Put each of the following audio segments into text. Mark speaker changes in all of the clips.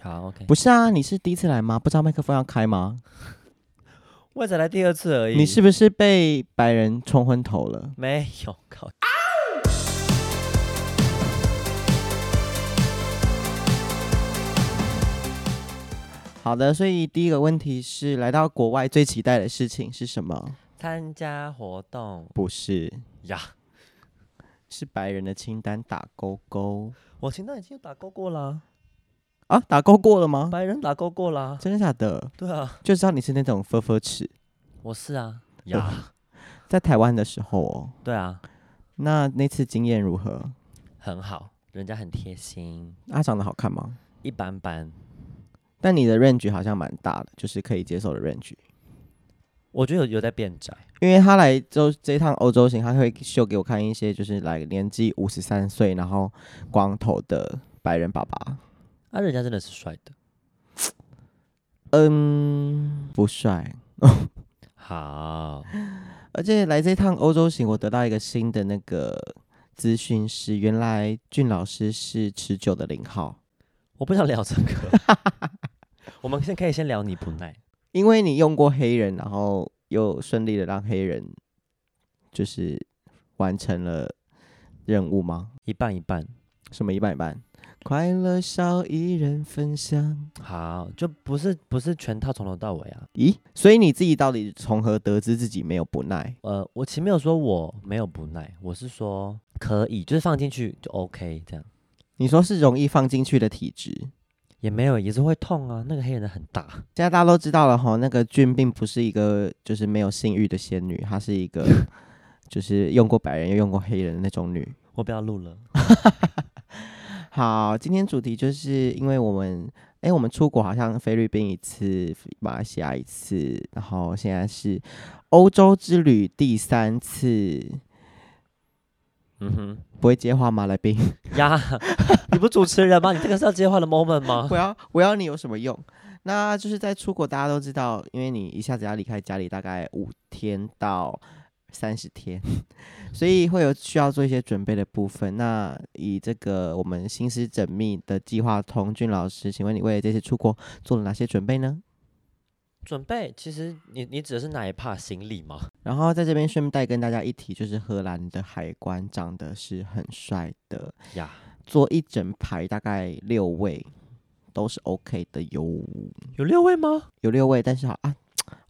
Speaker 1: 好，OK。
Speaker 2: 不是啊，你是第一次来吗？不知道麦克风要开吗？
Speaker 1: 我才来第二次而已。
Speaker 2: 你是不是被白人冲昏头了？
Speaker 1: 没有靠？
Speaker 2: 好的，所以第一个问题是，来到国外最期待的事情是什么？
Speaker 1: 参加活动
Speaker 2: 不是，
Speaker 1: 呀？
Speaker 2: 是白人的清单打勾勾
Speaker 1: 我前段已经有打勾过啦，
Speaker 2: 啊，打勾过了吗？
Speaker 1: 白人打勾过啦。
Speaker 2: 真的假的？
Speaker 1: 对啊，
Speaker 2: 就知道你是那种分分尺。
Speaker 1: 我是啊。呀，
Speaker 2: 在台湾的时候哦，
Speaker 1: 对啊，
Speaker 2: 那那次经验如何？
Speaker 1: 很好，人家很贴心，
Speaker 2: 啊，长得好看吗？
Speaker 1: 一般般。
Speaker 2: 但你的 range 好像蛮大的，就是可以接受的 range。
Speaker 1: 我觉得有有在变窄。
Speaker 2: 因为他来周这一趟欧洲行，他会秀给我看一些就是来年纪五十三岁，然后光头的白人爸爸。
Speaker 1: 啊，人家真的是帅的。
Speaker 2: 嗯，不帅。
Speaker 1: 好，
Speaker 2: 而且来这一趟欧洲行，我得到一个新的那个资讯是，原来俊老师是持久的零号。
Speaker 1: 我不想聊这个。我们先可以先聊你不耐。
Speaker 2: 因为你用过黑人，然后又顺利的让黑人就是完成了任务吗？
Speaker 1: 一半一半，
Speaker 2: 什么一半一半？快乐少一人分享。
Speaker 1: 好，就不是不是全套从头到尾啊。
Speaker 2: 咦，所以你自己到底从何得知自己没有不耐？
Speaker 1: 呃，我其实没有说我没有不耐，我是说可以，就是放进去就 OK 这样，
Speaker 2: 你说是容易放进去的体质。
Speaker 1: 也没有也是会痛啊。那个黑人的很大，
Speaker 2: 现在大家都知道了哈，那个俊并不是一个就是没有性欲的仙女，她是一个就是用过白人又用过黑人的那种女。
Speaker 1: 我不要录了。
Speaker 2: 好，今天主题就是因为我们，哎、我们出国好像菲律宾一次，马来西亚一次，然后现在是欧洲之旅第三次，
Speaker 1: 嗯哼，
Speaker 2: 不会接话吗，来宾？
Speaker 1: 呀， 你不是主持人吗？你这个是要接话的 moment 吗？
Speaker 2: 我要我要你有什么用？那就是在出国，大家都知道，因为你一下子要离开家里，大概五天到三十天， 所以会有需要做一些准备的部分。那以这个我们心思缜密的计划，童俊老师，请问你为了这次出国做了哪些准备呢？
Speaker 1: 准备，其实你你指的是哪一 part 行李吗？
Speaker 2: 然后在这边顺带跟大家一提，就是荷兰的海关长得是很帅的，
Speaker 1: 呀，
Speaker 2: 坐一整排大概六位都是 OK 的哟，
Speaker 1: 有六位吗？
Speaker 2: 有六位，但是好啊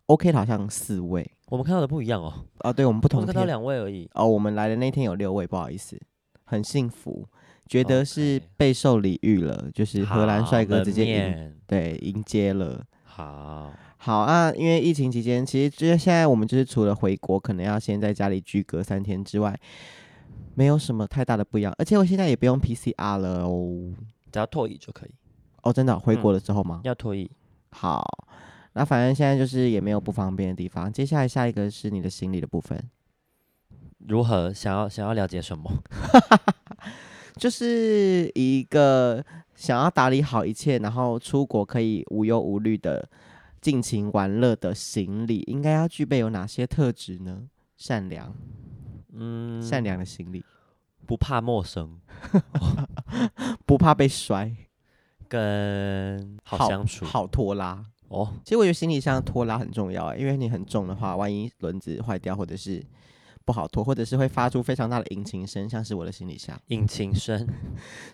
Speaker 2: ，OK 的好像四位
Speaker 1: 我们看到的不一样哦，
Speaker 2: 啊，对我们不
Speaker 1: 我
Speaker 2: 同
Speaker 1: 们看到
Speaker 2: 天
Speaker 1: 两位而已。
Speaker 2: 哦，我们来的那天有六位，不好意思，很幸福，觉得是
Speaker 1: OK
Speaker 2: 备受礼遇了，就是荷兰帅哥直接迎
Speaker 1: 迎。
Speaker 2: 对迎接了。
Speaker 1: 好，
Speaker 2: 好啊，因为疫情期间，其实就是现在我们就是除了回国，可能要先在家里居隔三天之外，没有什么太大的不一样。而且我现在也不用 PCR 了哦。
Speaker 1: 只要脱衣就可以，
Speaker 2: 哦，真的哦、回
Speaker 1: 嗯
Speaker 2: 国了之后吗？
Speaker 1: 要脱衣。
Speaker 2: 好，那反正现在就是也没有不方便的地方。接下来下一个是你的行李的部分，
Speaker 1: 如何？想要想要了解什么？
Speaker 2: 就是一个想要打理好一切，然后出国可以无忧无虑的尽情玩乐的行李，应该要具备有哪些特质呢？善良，
Speaker 1: 嗯，
Speaker 2: 善良的行李。
Speaker 1: 不怕陌生。
Speaker 2: 不怕被摔，
Speaker 1: 跟好相处
Speaker 2: 好拖拉。
Speaker 1: 哦，
Speaker 2: 其实我觉得行李箱拖拉很重要、欸，因为你很重的话，万一轮子坏掉，或者是不好拖，或者是会发出非常大的引擎声，像是我的行李箱，
Speaker 1: 引擎声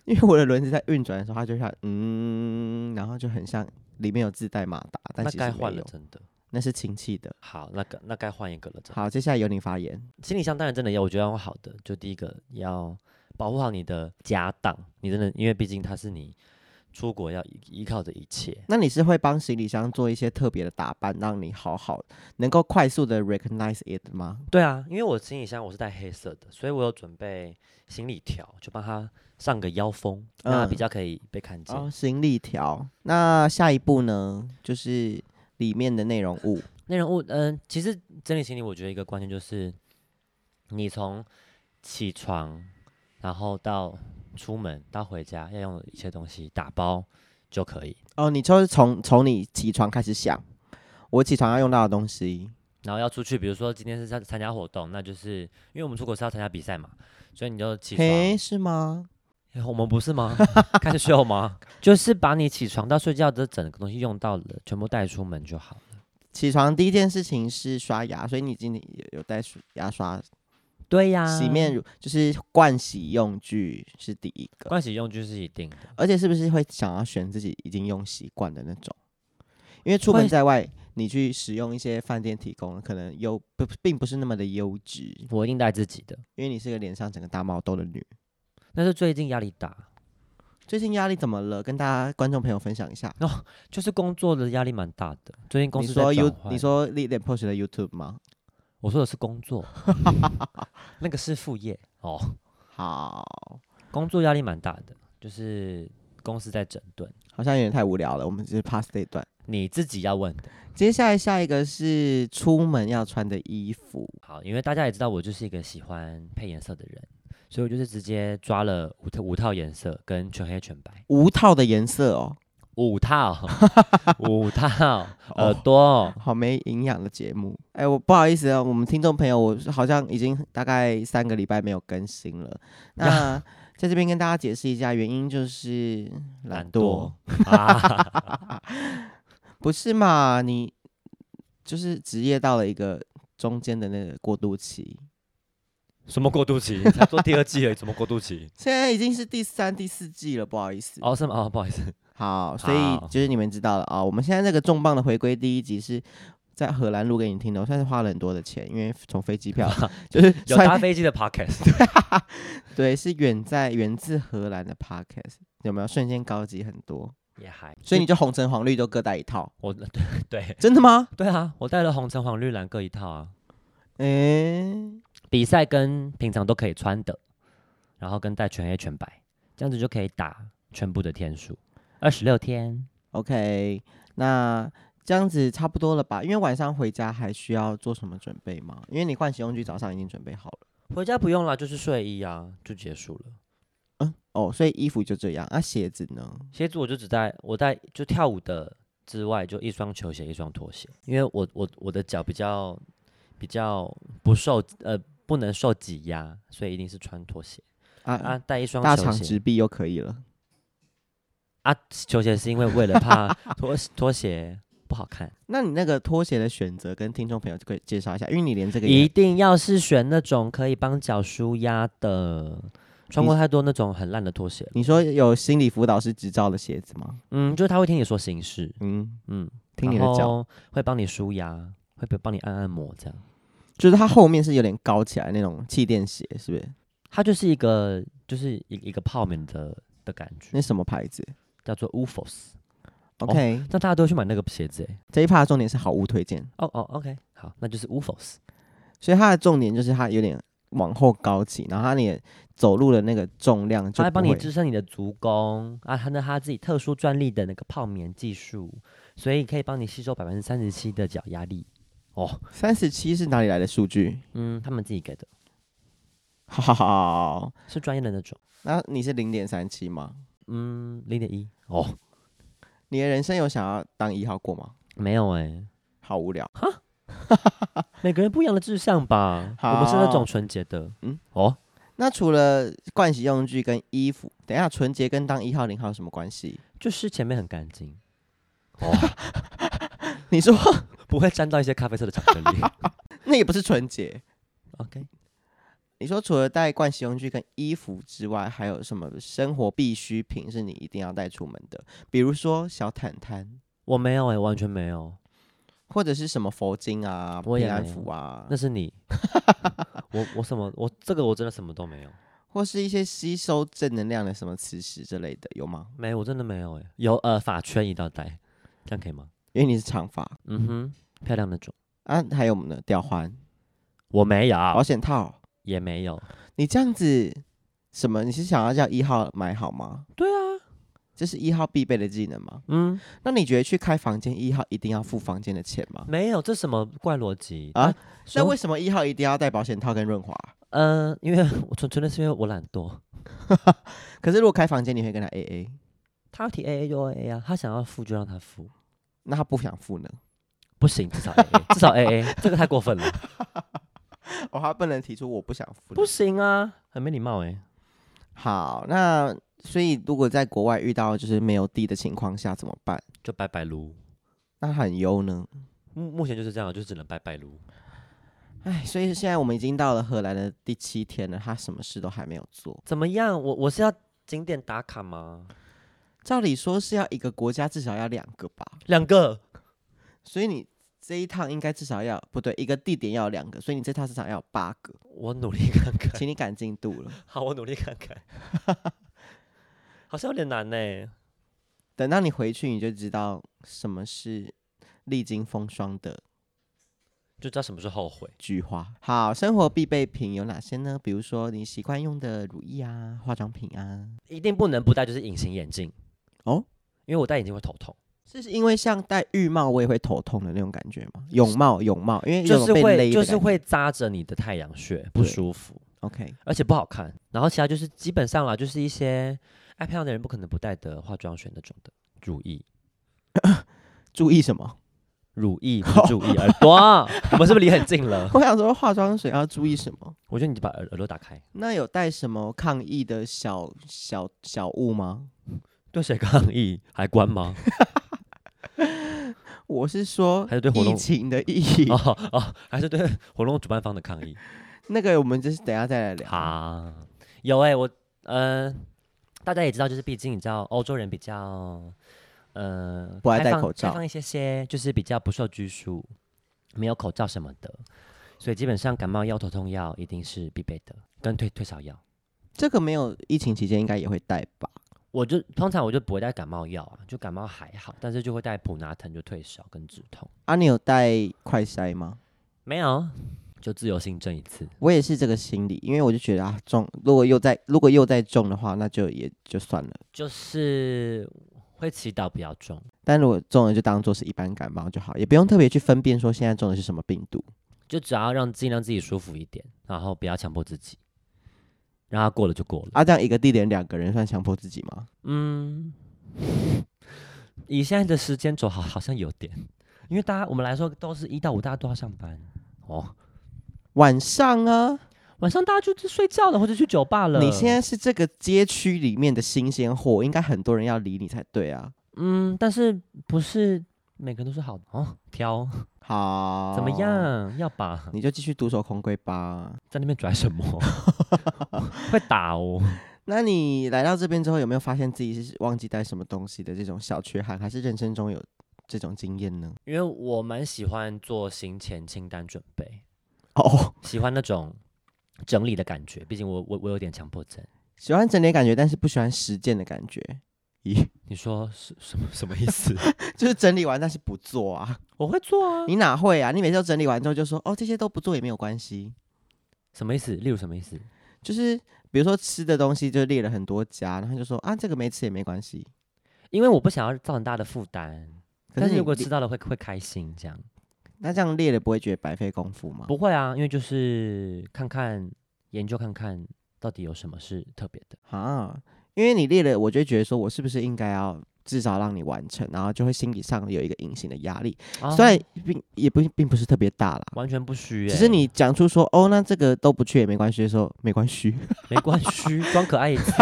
Speaker 2: 因为我的轮子在运转的时候，它就像嗯，然后就很像里面有自带马达，但
Speaker 1: 那
Speaker 2: 其实
Speaker 1: 该
Speaker 2: 没
Speaker 1: 换了，
Speaker 2: 有，
Speaker 1: 真的
Speaker 2: 那是氢气的。
Speaker 1: 好，那个那该换一个了。真的
Speaker 2: 好，接下来由你发言。
Speaker 1: 行李箱当然真的要，我觉得要用好的，就第一个要保护好你的家当，你真的因为毕竟它是你出国要依依靠的一切。
Speaker 2: 那你是会帮行李箱做一些特别的打扮，让你好好能够快速的 recognize it 吗？
Speaker 1: 对啊，因为我行李箱我是带黑色的，所以我有准备行李条，就帮它上个腰封，让它
Speaker 2: 嗯
Speaker 1: 比较可以被看见。
Speaker 2: 哦，行李条。那下一步呢，就是里面的内容物。
Speaker 1: 内容物，嗯、其实整理行李，我觉得一个关键就是，你从起床，然后到出门到回家要用的一些东西打包就可以，
Speaker 2: 哦，你就是从从你起床开始想，我起床要用到的东西。
Speaker 1: 然后要出去，比如说今天是参参加活动，那就是因为我们出国是要参加比赛嘛，所以你就起床
Speaker 2: 嘿，是吗？
Speaker 1: 诶我们不是吗？开始秀吗？ 就是把你起床到睡觉的整个东西用到了，全部带出门就好了。
Speaker 2: 起床第一件事情是刷牙，所以你今天有有带刷牙刷、
Speaker 1: 对呀、
Speaker 2: 洗面乳，就是盥洗用具是第一个。
Speaker 1: 盥洗用具是一定的，
Speaker 2: 而且是不是会想要选自己已经用习惯的那种？因为出门
Speaker 1: 会
Speaker 2: 在外，你去使用一些饭店提供的，可能优不并不是那么的优质，
Speaker 1: 我一定带自己的。
Speaker 2: 因为你是个脸上整个大冒痘的女。
Speaker 1: 但是最近压力大，
Speaker 2: 最近压力怎么了？跟大家观众朋友分享一下。
Speaker 1: 就是工作的压力蛮大的。最近公
Speaker 2: 你
Speaker 1: 司在
Speaker 2: 说 You，
Speaker 1: 转换
Speaker 2: 你说 l i l Post 的 YouTube 吗？
Speaker 1: 我说的是工 作，那个是副业哦。
Speaker 2: 好，
Speaker 1: 工作压力蛮大的，就是公司在整顿，
Speaker 2: 好像有点太无聊了，我们只是 pass 这一段。
Speaker 1: 你自己要问的。
Speaker 2: 接下来下一个是出门要穿的衣服，
Speaker 1: 好，因为大家也知道我就是一个喜欢配颜色的人，所以我就是直接抓了五套五套颜色跟全黑全白，
Speaker 2: 无套的颜色哦，
Speaker 1: 五 套五套
Speaker 2: 哦
Speaker 1: 耳 朵，
Speaker 2: 好没营养的节目。哎、我不好意思啊，我们听众朋友，我好像已经大概三个礼拜没有更新了。 那在这边跟大家解释一下，原因就是懒惰，
Speaker 1: 啊，
Speaker 2: 不是嘛？你就是职业到了一个中间的那个过渡期，
Speaker 1: 什么过渡期？才做第二季而已，什么过渡期？
Speaker 2: 现在已经是第三、第四季了，不好意思。
Speaker 1: 哦，是吗？哦，不好意思，
Speaker 2: 好，所
Speaker 1: 好
Speaker 2: 以就是你们知道了啊、我们现在这个重磅的回归第一集是在荷兰录给你听的，我算是花了很多的钱，因为从飞机 票就是
Speaker 1: 有
Speaker 2: 算
Speaker 1: 搭飞机的 podcast，
Speaker 2: 对，是远在源自荷兰的 podcast，有没有瞬间高级很多？
Speaker 1: 也还，
Speaker 2: 所以你就红橙黄绿都各带一套，
Speaker 1: 我 对对
Speaker 2: 真 的吗？
Speaker 1: 对啊，我带了红橙黄绿蓝各一套啊，
Speaker 2: 诶、
Speaker 1: 比赛跟平常都可以穿的，然后跟带全黑全白，这样子就可以打全部的天数，二十六天。
Speaker 2: o k 那这样子差不多了吧？因为晚上回家还需要做什么准备吗？因为你换洗用具早上已经准备好了。
Speaker 1: 回家不用啦，就是睡衣啊，就结束了。
Speaker 2: 嗯，哦，所以衣服就这样，那、鞋子呢？
Speaker 1: 鞋子我就只带我带就跳舞的之外，就一双球鞋，一双拖鞋，因为我我我的脚比较比较不受呃不能受挤压，所以一定是穿拖鞋
Speaker 2: 啊
Speaker 1: 啊，带一双
Speaker 2: 大
Speaker 1: 球
Speaker 2: 肠
Speaker 1: 鞋
Speaker 2: 直臂又可以了。
Speaker 1: 啊，球鞋是因为为了怕 拖拖鞋不好看，
Speaker 2: 那你那个拖鞋的选择跟听众朋友就可以介绍一下，因为你连这个
Speaker 1: 一
Speaker 2: 也
Speaker 1: 定要是选那种可以帮脚舒压的。穿
Speaker 2: 你
Speaker 1: 过太多那种很烂的拖鞋了，
Speaker 2: 你说有心理辅导师执照的鞋子吗？
Speaker 1: 嗯，就是他会听你说形式，
Speaker 2: 嗯，
Speaker 1: 嗯，
Speaker 2: 听你的脚，
Speaker 1: 脚，会帮你舒压，会帮你按按摩，这样。
Speaker 2: 就是它后面是有点高起来那种气垫鞋，是不是？
Speaker 1: 它就是一个就是一一个泡棉的的感觉
Speaker 2: 那，什么牌子
Speaker 1: 叫做 UFOs。哦
Speaker 2: ？OK，、
Speaker 1: 那大家都会去买那个鞋子哎。
Speaker 2: 这一趴的重点是好物推荐，
Speaker 1: 哦哦，OK，好，那就是 UFOs。
Speaker 2: 所以它的重点就是它有点往后高起，然后它也走路的那个重量就
Speaker 1: 它会帮
Speaker 2: 不
Speaker 1: 你
Speaker 2: 会
Speaker 1: 支撑你的足弓啊，它那它自己特殊专利的那个泡棉技术，所以可以帮你吸收百分之三十七的脚压力。哦，
Speaker 2: 三十七是哪里来的数据？
Speaker 1: 嗯，他们自己给的，
Speaker 2: 好，
Speaker 1: 是专业的那种。
Speaker 2: 那你是零点三七吗？
Speaker 1: 嗯，零点一。哦，
Speaker 2: 你的人生有想要当一号过吗？
Speaker 1: 没有哎、
Speaker 2: 好无聊。
Speaker 1: 每个人不一样的志向吧。我们是那
Speaker 2: 好
Speaker 1: 种纯洁的。
Speaker 2: 嗯
Speaker 1: 嗯，哦，
Speaker 2: 那除了盥洗用具跟衣服，等一下纯洁跟当一号零号有什么关系？
Speaker 1: 就是前面很干净。哦。
Speaker 2: 你说
Speaker 1: 不会沾到一些咖啡色的巧克力。
Speaker 2: 那也不是纯洁。
Speaker 1: OK，
Speaker 2: 你说除了带盥洗用具跟衣服之外，还有什么生活必需品是你一定要带出门的？比如说小毯毯，
Speaker 1: 我没有哎、完全没有，
Speaker 2: 或者是什么佛经啊、
Speaker 1: 我也
Speaker 2: 平安
Speaker 1: 没有
Speaker 2: 符啊
Speaker 1: 那，是 你。我我什么我这个我真的什么都没有，
Speaker 2: 或是一些吸收正能量的什么磁石之类的，有吗？
Speaker 1: 没我真的没有哎、有呃发圈一道带，这样可以吗？
Speaker 2: 因为你是长发
Speaker 1: 嗯哼，漂亮那种，
Speaker 2: 啊，还有我们的吊环、
Speaker 1: 我没有，
Speaker 2: 保险套。
Speaker 1: 哦也没有。
Speaker 2: 你这样子什么？你是想要叫一号买好吗？
Speaker 1: 对啊，
Speaker 2: 这是一号必备的技能吗？
Speaker 1: 嗯，
Speaker 2: 那你觉得去开房间一号一定要付房间的钱吗？
Speaker 1: 没有，这什么怪逻辑
Speaker 2: 啊？那
Speaker 1: 那
Speaker 2: 为
Speaker 1: 为
Speaker 2: 什么一号一定要带保险套跟润滑？
Speaker 1: 呃，因为我纯纯的是因为我懒惰，
Speaker 2: 可是如果开房间，你会跟他 A A，
Speaker 1: 他要提 A A 就 A A 啊，他想要付就让他付，
Speaker 2: 那他不想付呢？
Speaker 1: 不行，至少 A A，至少 A A，这个太过分了，
Speaker 2: 哦，他不能提出我不想付。
Speaker 1: 欸不行啊，很没礼貌哎、
Speaker 2: 好，那所以如果在国外遇到就是没有地的情况下怎么办？
Speaker 1: 就拜拜撸。
Speaker 2: 那很忧呢？
Speaker 1: 目目前就是这样，就只能拜拜撸。
Speaker 2: 哎，所以现在我们已经到了荷兰的第七天了，他什么事都还没有做。
Speaker 1: 怎么样？我我是要景点打卡吗？
Speaker 2: 照理说是要一个国家至少要两个吧，
Speaker 1: 两个
Speaker 2: 所以你这一趟应该至少要不对，一个地点要有两个，所以你这趟至少要有八个，
Speaker 1: 我努力看看。
Speaker 2: 请你赶进度了。
Speaker 1: 好，我努力看 看。好像有点难呢、欸
Speaker 2: 等到你回去，你就知道什么是历经风霜的
Speaker 1: 就知道什么是后悔。
Speaker 2: 菊花。好，生活必备品有哪些呢？比如说你习惯用的乳液啊、化妆品啊。
Speaker 1: 一定不能不戴就是隐形眼镜
Speaker 2: 哦，
Speaker 1: 因为我戴眼镜会头痛，
Speaker 2: 是因为像戴浴帽我也会头痛的那种感觉吗？泳帽，泳帽，因为有
Speaker 1: 就
Speaker 2: 种
Speaker 1: 是
Speaker 2: 被勒
Speaker 1: 会
Speaker 2: 的
Speaker 1: 就是
Speaker 2: 感觉
Speaker 1: 会扎着你的太阳穴，不
Speaker 2: 对
Speaker 1: 舒服，
Speaker 2: OK。
Speaker 1: 而且不好看。然后其他就是基本上啦，就是一些爱漂亮的人不可能不带的化妆水那种的乳液。
Speaker 2: 注意什么？
Speaker 1: 乳液不是注意耳朵，啊我们是不是离很近了？
Speaker 2: 我想说化妆水要注意什么？
Speaker 1: 我觉得你把耳耳朵打开，
Speaker 2: 那有带什么抗议的小小小物吗？
Speaker 1: 对谁抗议？还关吗？
Speaker 2: 我是说
Speaker 1: 还有对活
Speaker 2: 疫
Speaker 1: 动
Speaker 2: 情的疫，
Speaker 1: 哦哦，还是对活动主办方的抗议？
Speaker 2: 那个我们就是等一下再来聊。
Speaker 1: 啊，有哎、我呃，大家也知道，就是毕竟你知道，欧洲人比较呃
Speaker 2: 不爱
Speaker 1: 开
Speaker 2: 戴
Speaker 1: 放
Speaker 2: 口罩
Speaker 1: 开放一些些，就是比较不受拘束，没有口罩什么的，所以基本上感冒药、头痛药一定是必备的，跟退退烧药。
Speaker 2: 这个没有疫情期间应该也会带吧？
Speaker 1: 我就通常我就不会带感冒药啊，就感冒还好，但是就会带普拿疼，就退烧跟止痛。
Speaker 2: 啊，你有带快筛吗？
Speaker 1: 没有，就自由新政一次。
Speaker 2: 我也是这个心理，因为我就觉得啊，中如果又再如果又再中的话，那就也就算了。
Speaker 1: 就是会祈祷不要中，
Speaker 2: 但如果中了，就当做是一般感冒就好，也不用特别去分辨说现在中的是什么病毒。
Speaker 1: 就只要让尽量自己舒服一点，然后不要强迫自己，让它过了就过了。
Speaker 2: 啊，这样一个地点两个人算强迫自己吗？
Speaker 1: 嗯，以现在的时间轴好好像有点，因为大家我们来说都是一到五，大家都要上班哦，
Speaker 2: 晚上啊，
Speaker 1: 晚上大家就是睡觉了或者去酒吧了。
Speaker 2: 你现在是这个街区里面的新鲜货，应该很多人要理你才对啊。
Speaker 1: 嗯，但是不是每个人都是好的哦？挑
Speaker 2: 好，
Speaker 1: 怎么？样？要吧，
Speaker 2: 你就继续独守空闺吧。
Speaker 1: 在那边拽什么？ 会打哦。
Speaker 2: 那你来到这边之后，有没有发现自己是忘记带什么东西的这种小缺憾，还是人生中有这种经验 呢？
Speaker 1: 因为我蛮喜欢做行前清单准备，
Speaker 2: 哦，
Speaker 1: 喜欢那种整理的感觉。毕竟我我我有点强迫症。
Speaker 2: 喜欢整理的感觉，但是不喜欢实践的感觉。咦，
Speaker 1: 你说是什么什么意思？
Speaker 2: 就是整理完但是不做啊？
Speaker 1: 我会做啊。
Speaker 2: 你哪会啊？你每次都整理完之后就说哦，这些都不做也没有关系。
Speaker 1: 什么意思？例如什么意思？
Speaker 2: 就是比如说吃的东西就列了很多家，然后就说啊这个没吃也没关系。
Speaker 1: 因为我不想要造成大家的负担，但是
Speaker 2: 你
Speaker 1: 如果
Speaker 2: 列
Speaker 1: 知道了会会开心，这样
Speaker 2: 那这样列了不会觉得白费功夫吗？
Speaker 1: 不会啊，因为就是看看研究看看到底有什么是特别的。
Speaker 2: 啊，因为你列了，我就会觉得说我是不是应该要至少让你完成，然后就会心理上有一个隐形的压力，
Speaker 1: 啊
Speaker 2: 虽然并也不并不是特别大啦。
Speaker 1: 完全不虚、欸，
Speaker 2: 只是你讲出说哦，那这个都不去也没关系的时候，没关系，
Speaker 1: 没关系，装可爱一 次。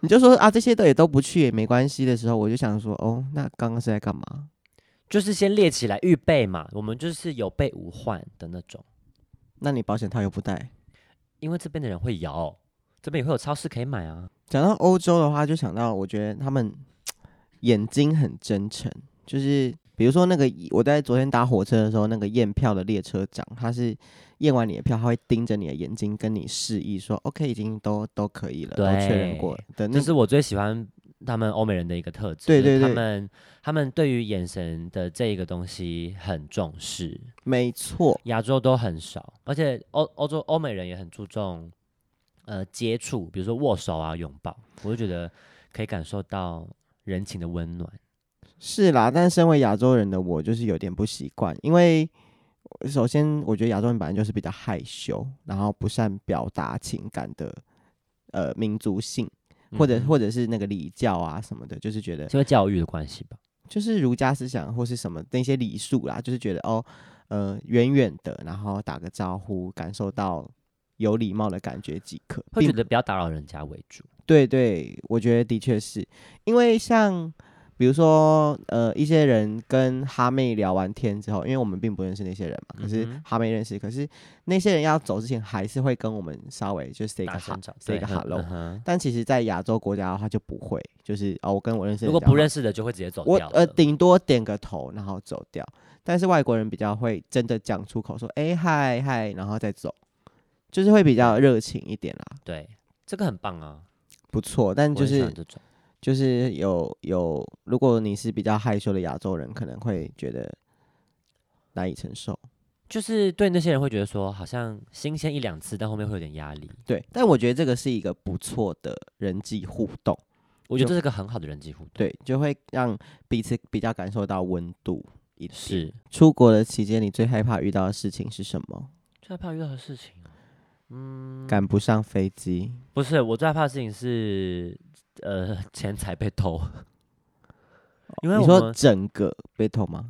Speaker 2: 你就说啊，这些都也都不去也没关系的时候，我就想说哦，那刚刚是在干嘛？
Speaker 1: 就是先列起来预备嘛，我们就是有备无患的那种。
Speaker 2: 那你保险套又不带。
Speaker 1: 因为这边的人会摇，这边也会有超市可以买啊。
Speaker 2: 讲到欧洲的话，就想到我觉得他们眼睛很真诚，就是比如说那个我在昨天搭火车的时候，那个验票的列车长，他是验完你的票，他会盯着你的眼睛跟你示意说 “OK，已经都都可以了，都确认过了”的那
Speaker 1: 这是我最喜欢他们欧美人的一个特质，
Speaker 2: 嗯对
Speaker 1: 就是他
Speaker 2: 对对
Speaker 1: 们他们对于眼神的这一个东西很重视，
Speaker 2: 没错，
Speaker 1: 亚洲都很少，而且欧欧洲欧美人也很注重呃接触，比如说握手啊、拥抱，我就觉得可以感受到人情的温暖。
Speaker 2: 是啦。但身为亚洲人的我，就是有点不习惯，因为首先我觉得亚洲人本来就是比较害羞，然后不善表达情感的呃民族性，或者
Speaker 1: 嗯
Speaker 2: 或者是那个礼教啊什么的，就是觉得
Speaker 1: 是因为教育的关系吧，
Speaker 2: 就是儒家思想或是什么那些礼数啦，就是觉得哦，呃，远远的，然后打个招呼，感受到有礼貌的感觉即可，
Speaker 1: 会觉
Speaker 2: 并
Speaker 1: 得不要打扰人家为主。
Speaker 2: 对对，我觉得的确是因为像比如说呃一些人跟哈妹聊完天之后，因为我们并不认识那些人嘛，可是
Speaker 1: 嗯哼
Speaker 2: 哈妹认识，可是那些人要走之前还是会跟我们稍微就 say 个
Speaker 1: 打
Speaker 2: h
Speaker 1: 声招
Speaker 2: say 个
Speaker 1: 对
Speaker 2: hello，、
Speaker 1: 嗯哼
Speaker 2: 但其实，在亚洲国家的话就不会，就是哦，我跟我认识的
Speaker 1: 如果
Speaker 2: 人讲
Speaker 1: 不
Speaker 2: 话
Speaker 1: 认识的就会直接走
Speaker 2: 我
Speaker 1: 掉了。
Speaker 2: 呃顶多点个头，然后走掉。但是外国人比较会真的讲出口说“哎嗨嗨”，然后再走，就是会比较热情一点啦，
Speaker 1: 对，这个很棒啊，
Speaker 2: 不错。但
Speaker 1: 我
Speaker 2: 就
Speaker 1: 很喜
Speaker 2: 是
Speaker 1: 欢这种。
Speaker 2: 就是有有，如果你是比较害羞的亚洲人，可能会觉得难以承受。
Speaker 1: 就是对那些人会觉得说，好像新鲜一两次，但后面会有点压力。
Speaker 2: 对，但我觉得这个是一个不错的人际互动，
Speaker 1: 我觉得
Speaker 2: 就
Speaker 1: 这是个很好的人际互动。，
Speaker 2: 对，就会让彼此比较感受到温度一点。
Speaker 1: 是
Speaker 2: 出国的期间，你最害怕遇到的事情是什么？
Speaker 1: 最害怕遇到的事情哦，嗯，
Speaker 2: 赶不上飞机。
Speaker 1: 不是我最害怕的事情是，呃，钱财被偷。因为
Speaker 2: 哦你
Speaker 1: 我
Speaker 2: 说
Speaker 1: 们
Speaker 2: 整个被偷吗？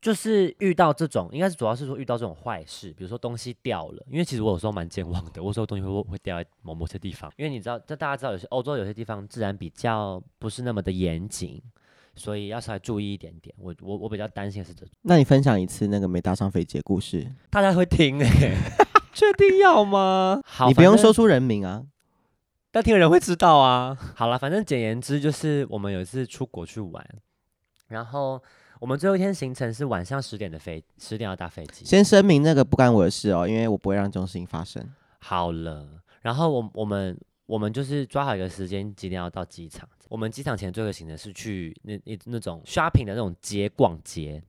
Speaker 1: 就是遇到这种，应该是主要是说遇到这种坏事，比如说东西掉了，因为其实我有时候蛮健忘的，我有时候东西会会掉在某某些地方，因为你知道，这大家知道有些欧洲有些地方治安比较不是那么的严谨，所以要稍微注意一点点。我我我比较担心的是这，
Speaker 2: 那你分享一次那个没搭上飞机的故事？
Speaker 1: 大家会 听哎、
Speaker 2: 确定要吗？
Speaker 1: 好，
Speaker 2: 你不用
Speaker 1: 反正
Speaker 2: 说出人名啊。
Speaker 1: 但听的人会知道啊。好了，反正简言之就是，我们有一次出国去玩，然后我们最后一天行程是晚上十点的飞，十点要搭飞机。
Speaker 2: 先声明，那个不干我的事哦，因为我不会让这种事情发生。
Speaker 1: 好了，然后我我们我们就是抓好一个时间，几点要到机场。我们机场前最后一个行程是去那那那种 shopping 的那种街逛街，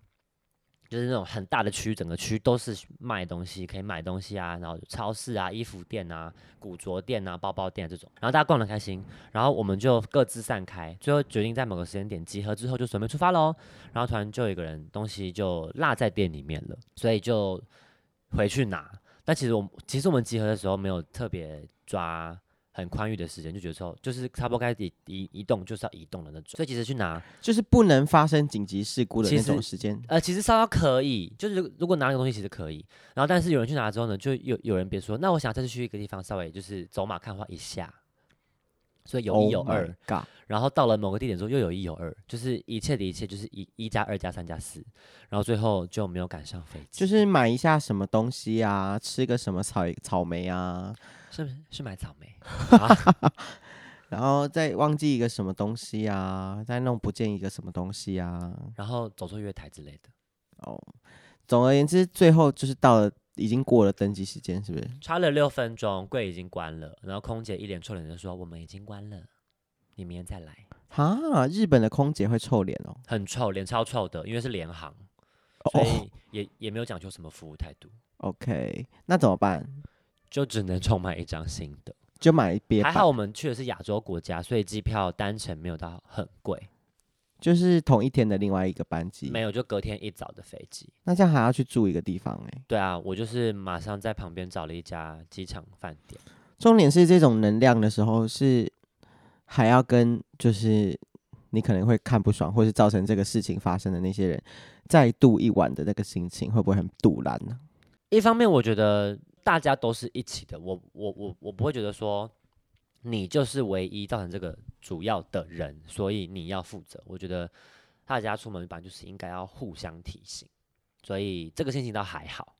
Speaker 1: 就是那种很大的区，整个区都是卖东西，可以买东西啊，然后超市啊、衣服店啊、古着店啊、包包店、这种。然后大家逛得很开心，然后我们就各自散开，最后决定在某个时间点集合之后就准备出发喽。然后突然就有一个人东西就落在店里面了，所以就回去拿。但其实我们其实我们集合的时候没有特别抓很宽裕的时间，就觉得说就是差不多该移移移动就是要移动的那种，所以其实去拿
Speaker 2: 就是不能发生紧急事故的那
Speaker 1: 其
Speaker 2: 种
Speaker 1: 实
Speaker 2: 时间，
Speaker 1: 呃，其实稍稍可以，就是如如果拿那个东西其实可以，然后但是有人去拿之后呢，就有有人别说，那我想再去一个地方稍微就是走马看花一下，所以有一有
Speaker 2: Oh my
Speaker 1: 二
Speaker 2: God，
Speaker 1: 然后到了某个地点之后又有一有二，就是一切的一切就是一一加二加三加四，然后最后就没有赶上飞机，
Speaker 2: 就是买一下什么东西啊，吃个什么草草莓啊，
Speaker 1: 是不是是买草莓？ 啊
Speaker 2: 然后再忘记一个什么东西啊，再弄不见一个什么东西啊。
Speaker 1: 然后走错月台之类的，
Speaker 2: 哦，总而言之，最后就是到了已经过了登机时间，是不是？
Speaker 1: 差了六分钟，柜已经关了，然后空姐一脸臭脸的说：“我们已经关了，你明天再来。
Speaker 2: 啊，日本的空姐会臭脸哦”。
Speaker 1: 很臭，脸超臭的，因为是联航，所
Speaker 2: 哦
Speaker 1: 以也、也没有讲究什么服务态度，
Speaker 2: ，OK，那怎么办？
Speaker 1: 就只能重买一张新的。
Speaker 2: 就买别
Speaker 1: 还
Speaker 2: 版，
Speaker 1: 好我们去的是亚洲国家，所以机票单程没有到很贵，
Speaker 2: 就是同一天的另外一个班机
Speaker 1: 没。有就隔天一早的飞机。
Speaker 2: 那这样还要去住一个地方哎、
Speaker 1: 对啊，我就是马上在旁边找了一家机场饭店，
Speaker 2: 重点是这种能量的时候是还要跟就是你可能会看不爽，或是造成这个事情发生的那些人再度一晚的那个心情，会不会很堵然呢？
Speaker 1: 一方面我觉得大家都是一起的，我我我我不会觉得说你就是唯一造成这个主要的人，所以你要负责。我觉得大家出门本来就是应该要互相提醒，所以这个心情倒还好，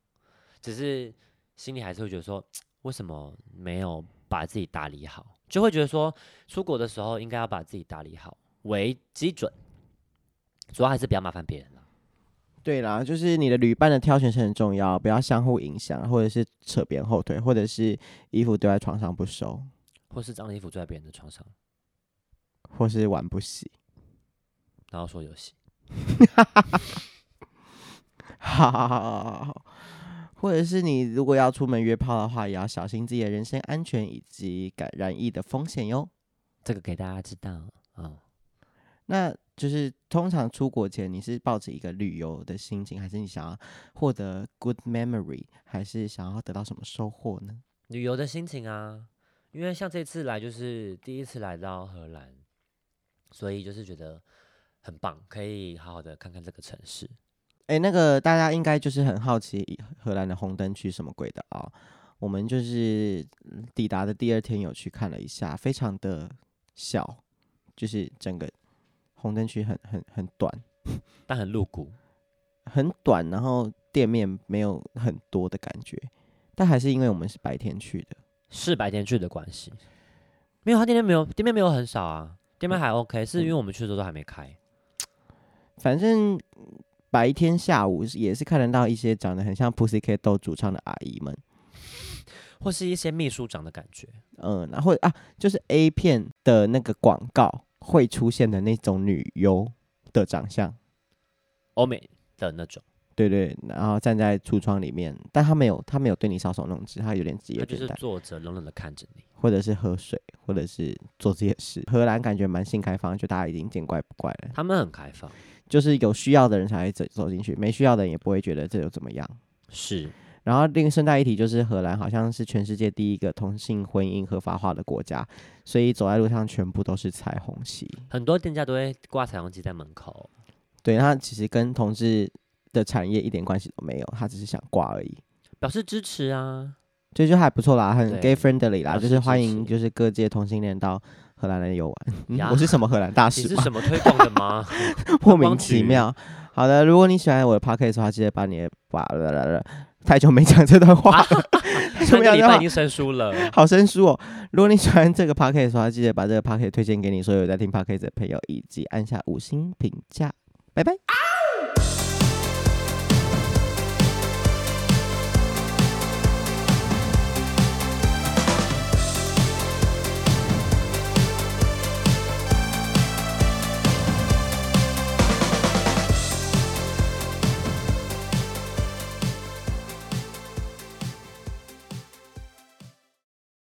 Speaker 1: 只是心里还是会觉得说为什么没有把自己打理好，就会觉得说出国的时候应该要把自己打理好为基准，主要还是不要麻烦别人了。
Speaker 2: 对啦，就是你的旅伴的挑选是很重要，不要相互影响，或者是扯别人后腿，或者是衣服丢在床上不收，
Speaker 1: 或是脏的衣服坐在别人的床上，
Speaker 2: 或是碗不洗。
Speaker 1: 然后说游戏。
Speaker 2: 好好好好好好，或者是你如果要出门约炮的话，也要小心自己的人身安全以及感染疫的风险哟。
Speaker 1: 这个给大家知道啊、哦
Speaker 2: 那就是通常出国前，你是抱着一个旅游的心情，还是你想要获得 good memory，还是想要得到什么收获呢？
Speaker 1: 旅游的心情啊，因为像这次来就是第一次来到荷兰，所以就是觉得很棒，可以好好的看看这个城市。
Speaker 2: 哎、那个大家应该就是很好奇以荷兰的红灯区什么鬼的啊、我们就是嗯抵达的第二天有去看了一下，非常的小，就是整个红灯区很很很短，
Speaker 1: 但很露骨。
Speaker 2: 很短，然后店面没有很多的感觉，但还是因为我们是白天去的，
Speaker 1: 是白天去的关系。没有，他店面没有，店面没有很少啊，店面还 OK，是因为我们去的时候都还没开。
Speaker 2: 反正嗯白天下午是也是看得到一些长得很像 Pussycat Dolls 主唱的阿姨们，
Speaker 1: 或是一些秘书长的感觉，
Speaker 2: 嗯，然后啊，就是 A 片的那个广告会出现的那种女优的长相，
Speaker 1: 欧美的那种，
Speaker 2: 对对，然后站在橱窗里面，但他没有他没有对你搔首弄姿，他有点职业
Speaker 1: 他就
Speaker 2: 倦
Speaker 1: 是
Speaker 2: 怠，
Speaker 1: 坐着冷冷的看着你。
Speaker 2: 或者是喝水，或者是做这些事。荷兰感觉蛮性开放，就大家已经见怪不怪了。
Speaker 1: 他们很开放，
Speaker 2: 就是有需要的人才会走走进去，没需要的人也不会觉得这又怎么样。
Speaker 1: 是
Speaker 2: 然后另顺带一提，就是荷兰好像是全世界第一个同性婚姻合法化的国家，所以走在路上全部都是彩虹旗。
Speaker 1: 很多店家都会挂彩虹旗在门口，
Speaker 2: 对，它其实跟同志的产业一点关系都没有，他只是想挂而已。
Speaker 1: 表示支持啊。
Speaker 2: 这就还不错啦，很
Speaker 1: 对
Speaker 2: gay friendly 啦，
Speaker 1: 表示
Speaker 2: 就是欢
Speaker 1: 支
Speaker 2: 迎
Speaker 1: 持
Speaker 2: 就是各界同性恋到荷兰来游玩。嗯
Speaker 1: 呀
Speaker 2: 我是什么荷兰大
Speaker 1: 你
Speaker 2: 使
Speaker 1: 是
Speaker 2: 吗？
Speaker 1: 什么推广的 吗？
Speaker 2: 莫
Speaker 1: 观
Speaker 2: 名
Speaker 1: 光
Speaker 2: 其
Speaker 1: 局
Speaker 2: 妙。好的，如果你喜欢我的 podcast 的话，记得把你的把啦啦啦，太久没讲这段话， 太久
Speaker 1: 上个
Speaker 2: 没讲
Speaker 1: 啊礼
Speaker 2: 这
Speaker 1: 拜
Speaker 2: 段
Speaker 1: 已
Speaker 2: 话，
Speaker 1: 经生疏了，
Speaker 2: 好生疏哦。如果你喜欢这个 podcast 的话，记得把这个 podcast 推荐给你所有在听 podcast 的朋友，以及按下五星评价。拜拜。